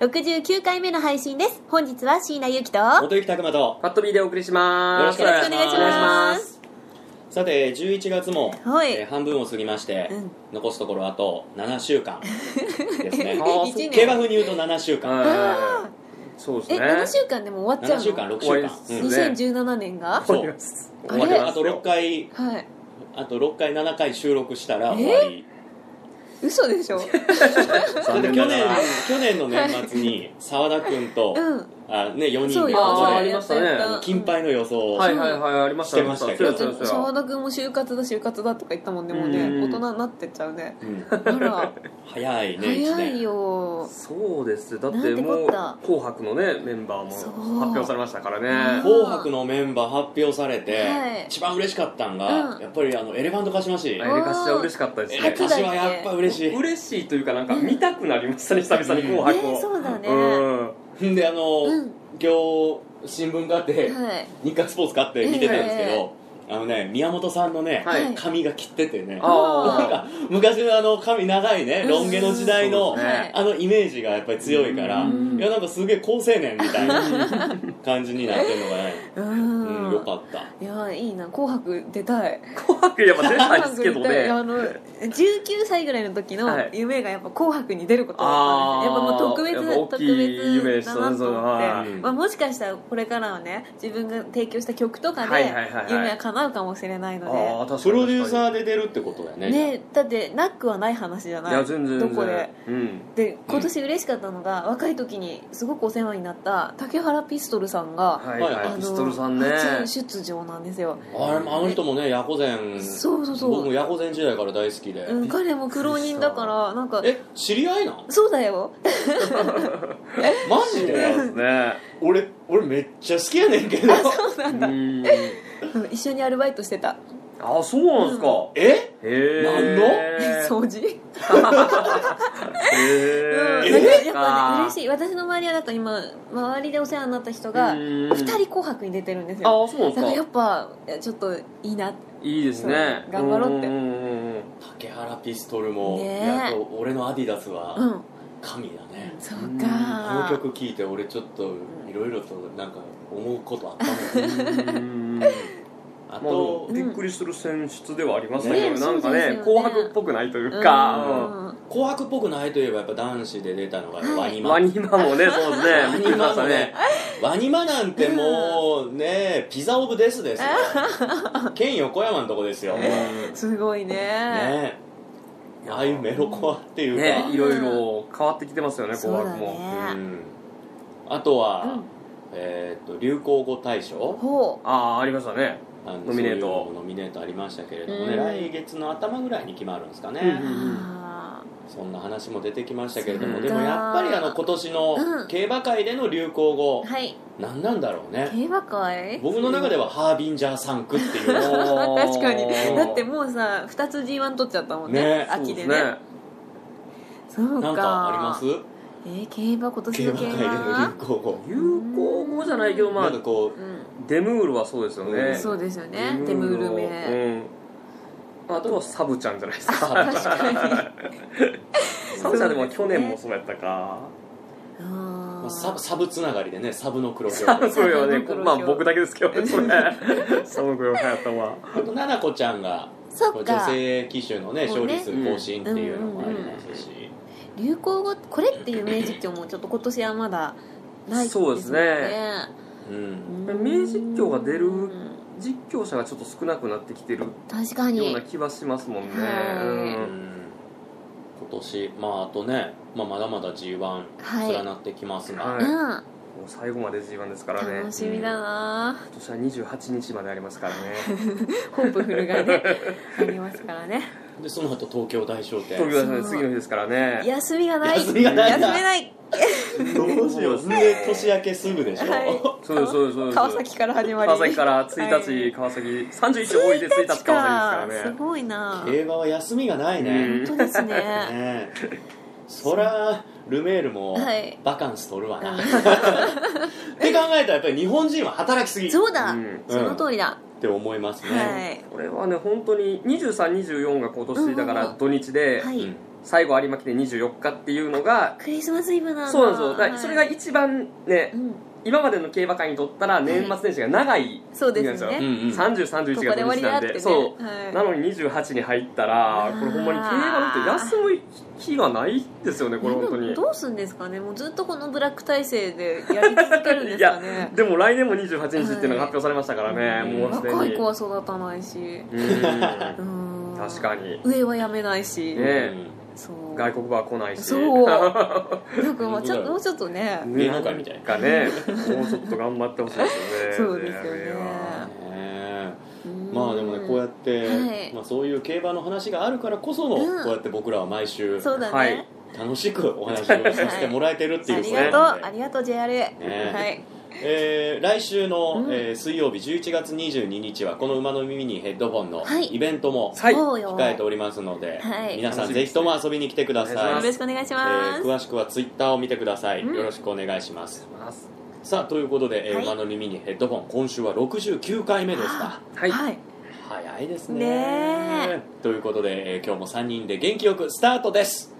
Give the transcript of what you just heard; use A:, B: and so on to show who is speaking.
A: 69回目の配信です。本日は椎名ゆきと、
B: 元行拓磨と
C: パッと見でお送りしま
B: よろ
C: ー
B: し
C: す。
B: くお願いします
C: お願いします。
B: さて11月も、
A: はい
B: えー半分を過ぎまして、
A: うん
B: 残すところあと7週間で すね
C: あー
A: 1
C: 1
B: 競馬
A: 年。
B: 風に言うと7週間
C: はいそうです
A: え、
C: ね。
A: 7週間でも終わっちゃう
B: 7
A: の
B: 週間6週間
C: 終わり
B: うん
C: ですね
A: 2017年が
B: そう
C: 終わります
A: あ
C: 終
A: れ
C: わりま
B: あ
C: す
B: と
C: よ
B: 6回
A: はい。
B: あと6回7回収録したら終わり
A: 嘘でしょ
B: だ
C: 残
B: って去
C: 念なが
B: 年
C: ら
B: 去年の年末に澤田君と、
A: うん。
B: あね、4人
A: そう
B: で
A: よ。
C: あー
A: そう
C: あり
A: や
C: ま
A: っ
C: したたね
A: やっ
B: あ
A: た
B: の金杯の予想を、
C: はいはいはいありました。
B: してましたけど
C: そうそうそう
A: 澤田君も就活だ就活だとか言ったもんねもうね
B: うん
A: 大人になってっちゃうね
B: うん
A: あら
B: 早いね1
A: 早い
B: 年
A: よ
C: そうです。だって
A: なんて
C: も
A: こ
C: う
A: った
C: 紅白のねメンバーも
A: そ
C: 発
A: う
C: 表されましたから
A: うん
C: ね。
B: 紅白のメンバー発表されて、
A: はい
B: 一番嬉しかったんが、
A: うん
B: やっぱりあのエレファントカシマシ、
C: エレカシは嬉しかったです
B: え
A: 初だね
B: ー、柏
C: ね。
B: はやっぱ嬉し
C: 嬉しいというかなんか見たくなりましたね久々に紅白を。
A: ねそうだね
C: うん
B: いであの、
A: うん
B: 今日新聞買って、
A: はい
B: 日刊スポーツ買って見てたんですけど、あのね宮本さんのね、
C: はい
B: 髪が切っててね
C: あ ー
B: なんか昔のあの髪長いねロン毛の時代
C: そ
B: の
C: うですね
B: あのイメージがやっぱり強いから
A: うん
B: いやなんかすげえ好青年みたいな感じになってるのがね、
A: う
B: うん、
A: ん
B: よかった
A: いやいいな「紅白」出たい
C: 紅白やっぱ出たいですけど
A: 紅白出たい
C: ね
A: あ。の19歳ぐらいの時の
C: はい
A: 夢がやっぱ「紅白」に出ることだ
C: あー
A: ったんですやっぱもう
C: やっぱ
A: 特
C: 大きい
A: 別特
C: 夢で
A: 別
C: した
A: だな
C: ね
A: と
C: それ
A: 思
C: は
A: って、まあ、もしかしたらこれからはね自分が提供した曲とか
C: はい
A: で
C: はいはいはい
A: 夢は叶うかもしれないので、
C: ああ確かに確かに。
B: プロデューサーで出るってことだよね
A: ねだってなくはない話じゃない
C: いや全然
A: ど
C: 全
A: こで
C: 然。うん。
A: で今年嬉しかったのが、若い時にすごくお世話になった竹原ピストルさんが、
C: はい
B: はい
C: はい。
A: あ
C: ピ
A: の
C: ストルさんね。
A: 初出場なんですよ、
B: あれあの人もねヤコゼン
A: そうそうそう
B: 僕もヤコゼン時代から大好きで、
A: うん、彼も苦労人だからなんか
B: え知り合いなん
A: そうだよ
B: マジ
C: そう
B: で
C: ですね。
B: 俺俺めっちゃ好きやねんけど
C: うん
A: うん一緒にアルバイトしてた
C: あそうなんですか、
B: え
C: へえ
A: え掃除
C: へ
A: うん
C: え
A: なんかやっぱね嬉しい私の周りはなんか今周りでお世話になった人が
C: うん
A: 2人「紅白」に出てるんですよ
C: あそうなん
A: だから
C: で
A: や
C: す
A: っ
C: か
A: ぱいやちょっといいない
C: いですね
A: うん頑張ろうって
C: んんうん
B: 竹原ピストルも、
A: ねえ
B: やっぱ俺のアディダス
A: う
B: は
A: ん
B: 神だね、
A: そう
C: うん
B: この
A: か
B: 曲聴いて俺ちょっといろいろとなんか思うことあったも ん、
C: うん
B: あ
C: まあ
B: と、
C: びっくりする選出ではありましたけど、
A: ね
C: なんか
A: そうですよ
C: ね
A: ね
C: 紅白っぽくないという
A: うん
C: か、
B: 紅白っぽくないといえばやっぱ男子で出たのが
A: はい
B: ワ
C: う
B: ニ
C: ん
B: マ、
C: ワニマもねそうです ね
B: ワニ
C: びっく
B: マ
C: りしまし
B: も
C: た
B: ね
C: ね
B: ワニマなんてもうねピザオブデ スですよ県横山のとこですよ、もうね
A: すごいね
C: いや
B: ああいうメロコアっていうか、
C: ねいろいろ変わってきてますよね
A: そう
C: 紅
A: だ
C: 白も、
A: ね
B: うんあとは、
A: うん
B: えーっと流行語大賞
A: ほう
C: ああありましたね
B: あの
C: ノミネート
B: そういうのもノミネートありましたけれどもね、
A: うん
B: 来月の頭ぐらいに決まるんですかね、
C: うんうん
A: あ
B: そんな話も出てきましたけれど
C: そ
B: も
C: う
B: で
C: か
B: もやっぱりあの今年
A: う
B: の
A: ん
B: 競馬界での流行語
A: ー、はい
B: 何なんだろうね
A: 競馬会
B: 僕の中ではハービンジャー3区っていうのを
C: おー
A: 確かにだってもうさ2つ G1 取っちゃったもんね
B: ね
A: 秋で
C: そうす
A: ねそう
B: なんかあります
A: えー、競馬今年
B: 競
A: の
B: 馬
A: 競
B: 界
A: 馬
B: での流行語
C: 有効語じゃないけどま
B: な
C: あ
B: んかこ
A: う
C: デムールはそうですよ
B: う
C: ね
B: ん
A: ん、そうですよねデムール名、
C: 名うんあとはサブちゃんじゃないです
B: う
C: か
B: あ
A: 確 か
C: サブちゃんでも去年もそうやったか
A: にあー
B: サブサブつながりでねサブの黒
C: サ
B: 行
C: ブ
B: あ
C: クロはね
A: サブクロ
C: まあ僕だけですけどね それサブクロ流行ったわ
B: とななこちゃんが
A: そっ
B: 女
A: か
B: 性騎手のね
A: もう
B: 勝
A: ね
B: 利数更新っていうのもありますし
A: 流行語これっていう名実況もちょっと今年はまだないですもん
C: そうですね
B: うん
A: うん
C: 名実況が出る実況者がちょっと少なくなってきてるよ
A: 確か
C: う
A: に
C: な気はしますもんね
A: はい
C: うん
B: 今年まああとね、まあ、まだまだ g 1
A: はい
B: 連なってきますが、
C: は
A: う
C: い
A: ん
C: もう最後まで G1 ですからね
A: 楽しみだな
C: 今年は28日までありますからね
A: ホープフルがねありますからね
B: でその後東京大賞店
C: 東京大会次の日ですからね
A: 休みがない
B: 休みがないんだ
A: 休めない
B: どうしようすげえ年明けすぐでしょ、
A: は
C: そうですそうですそうです
A: 川崎から始まり
C: 川崎から
A: はい
C: 1日川崎31多いで1日川崎ですから
A: す
C: ね
A: ごいな
B: 競馬は休みがないね、
A: 本当です
B: ね
A: ね
B: えそらルメールも
A: はい
B: バカンス取るわな、 って考えたらやっぱり日本人は働きすぎっ
A: そうだ、
C: うん
A: その通りだ、
B: て思いますね、
A: はい
C: これはね本当に2324が今年だか
A: う
C: ら
A: ん
C: 土日で
A: は
B: う
A: い、
B: ん
C: 最後有馬記念24日っていうのが
A: クリスマスイブなんだ
C: そうなんですよだからそれが
A: はい
C: 一番ね
A: うん、
C: 今までの競馬会にとったら年末年始が長い
A: そうです
C: いいん
A: ね
B: ん
A: ここ
C: 3031
A: で
C: が
A: 終
C: 土
A: わ
C: 日
A: り
C: な
A: だっ
C: ん
A: て
C: で
A: ね
C: そう
A: はい
C: なのに28に入ったらこれほんまに競馬の人休む日がないですよねこれ本当
A: みん
C: に
A: などうすんですかねもうずっとこのブラック体制でやり続けるんですかね
C: でも来年も28日っていうのが発表されましたからね、
A: う
C: も
A: ん
C: うすでに
A: 若い子は育たないし
C: うん
A: うん
C: 確かに
A: 上はやめないし、
C: ね
A: そう
C: 外国は来ないし
A: そうなんかまあちょっ
B: 本当だよ
A: ともうちょっとね
B: 芸能界みたい
C: なねもうちょっと頑張ってほしいです
A: そ
C: よね
A: うですよね
C: これは
B: ね
A: うん
B: まあでもねこうやって、
A: はい
B: まあ、そういう競馬の話があるからこその、
A: うん
B: こうやって僕らは毎週
A: そうだね、
C: はい
B: 楽しくお話をさせてもらえてるって い
A: あ
B: う
A: り
B: こと
A: が
B: な
A: と
B: ん
A: う
B: で
A: ありがとう JR、はい
B: えー来週の、
A: うん
B: えー水曜日11月22日はこの「馬の耳にヘッドフォン」の
A: はい
B: イベントも
C: はい
A: そうよ
B: 控えておりますので、
A: はい
B: 皆さんぜひとも遊びに来てください
C: お願
A: よ
C: いしま
A: ろしくお願いしま
B: えー
A: す、
B: 詳しくはツイッターを見てください、
A: うん
B: よろしくお願いします
C: ます
B: さあということで、えー
A: はい
B: 馬の耳にヘッドフォン今週は69回目でした
C: はい
A: はい
B: 早いですね
A: ねえ
B: ということで、えー今日も3人で元気よくスタートです